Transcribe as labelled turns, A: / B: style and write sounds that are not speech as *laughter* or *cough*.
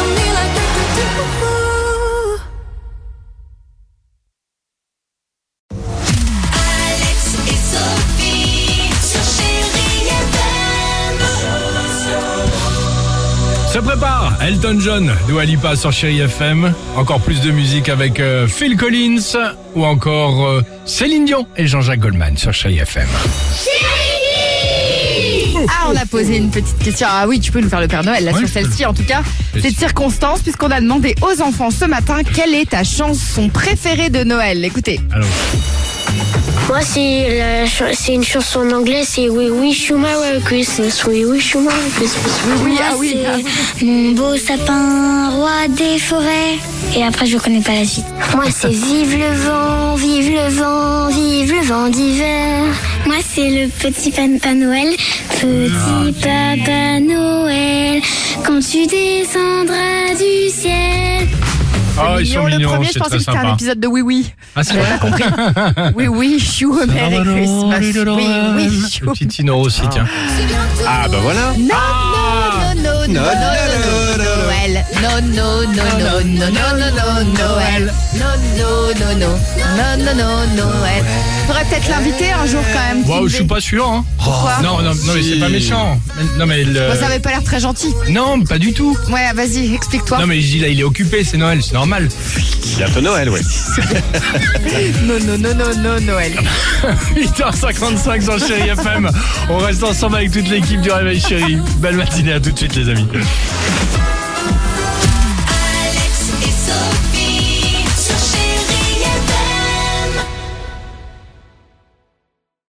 A: on me like do, do, do. Alex et Sophie sur Chérie FM.
B: Se prépare Elton John, Dua Lipa sur Chéri FM. Encore plus de musique avec euh, Phil Collins ou encore euh, Céline Dion et Jean-Jacques Goldman sur Chéri FM.
C: Ah, on a posé une petite question. Ah oui, tu peux nous faire le Père Noël, là,
B: Ouais,
C: sur
B: je peux
C: celle-ci, en tout cas.
B: Bien
C: C'est de
B: sûr.
C: circonstance, puisqu'on a demandé aux enfants ce matin quelle est ta chanson préférée de Noël. Écoutez.
B: Alors,
D: Moi, c'est la ch- c'est une chanson en anglais, c'est We Wish You Merry Christmas, We Wish You Merry Christmas.
C: oui,
D: Moi,
C: ah oui,
D: c'est
C: ah
D: Mon beau sapin, roi des forêts. Et après, je connais pas la suite. Moi,
B: *laughs*
D: c'est Vive le vent, vive le vent, vive le vent d'hiver. Moi, c'est le petit Papa Noël.
B: Ah,
D: Petit Papa Noël, quand tu descendras du ciel.
B: ah, ils
C: Mignon,
B: sont
C: le
B: mignons,
C: premier, je
B: c'est
C: pensais
B: très
C: que c'était
B: sympa.
C: un épisode de Oui Oui.
B: Ah, c'est vrai.
C: *laughs* Oui
B: *laughs*
C: Oui, you a Merry Christmas. Oui Oui, you.
B: Le petit Tino aussi, tiens. Ah, bah voilà.
C: Non, non, non, non, non, non, Noël. Non, non, non, non, non, non, non, non, Noël. Non, non, non, non, non, non, non, Noël. Faudrait peut-être l'inviter un jour quand même.
B: Wow,
C: Sylvie.
B: je suis pas sûr, hein.
C: Pourquoi
B: Non, non, non, mais c'est pas méchant. Mais- Non, mais le...
C: Bah, Oh, Ça avait pas l'air très gentil.
B: Non, pas du tout.
C: Ouais, vas-y, explique-toi.
B: Non, mais je dis là, il est occupé, c'est Noël, c'est normal. *laughs*
E: Bientôt Noël, ouais.
C: Non, non, non, non, non, Noël.
B: 8h55 sur Chéri FM. On reste ensemble avec toute l'équipe du Réveil Chéri. Belle matinée à tout de suite, les amis.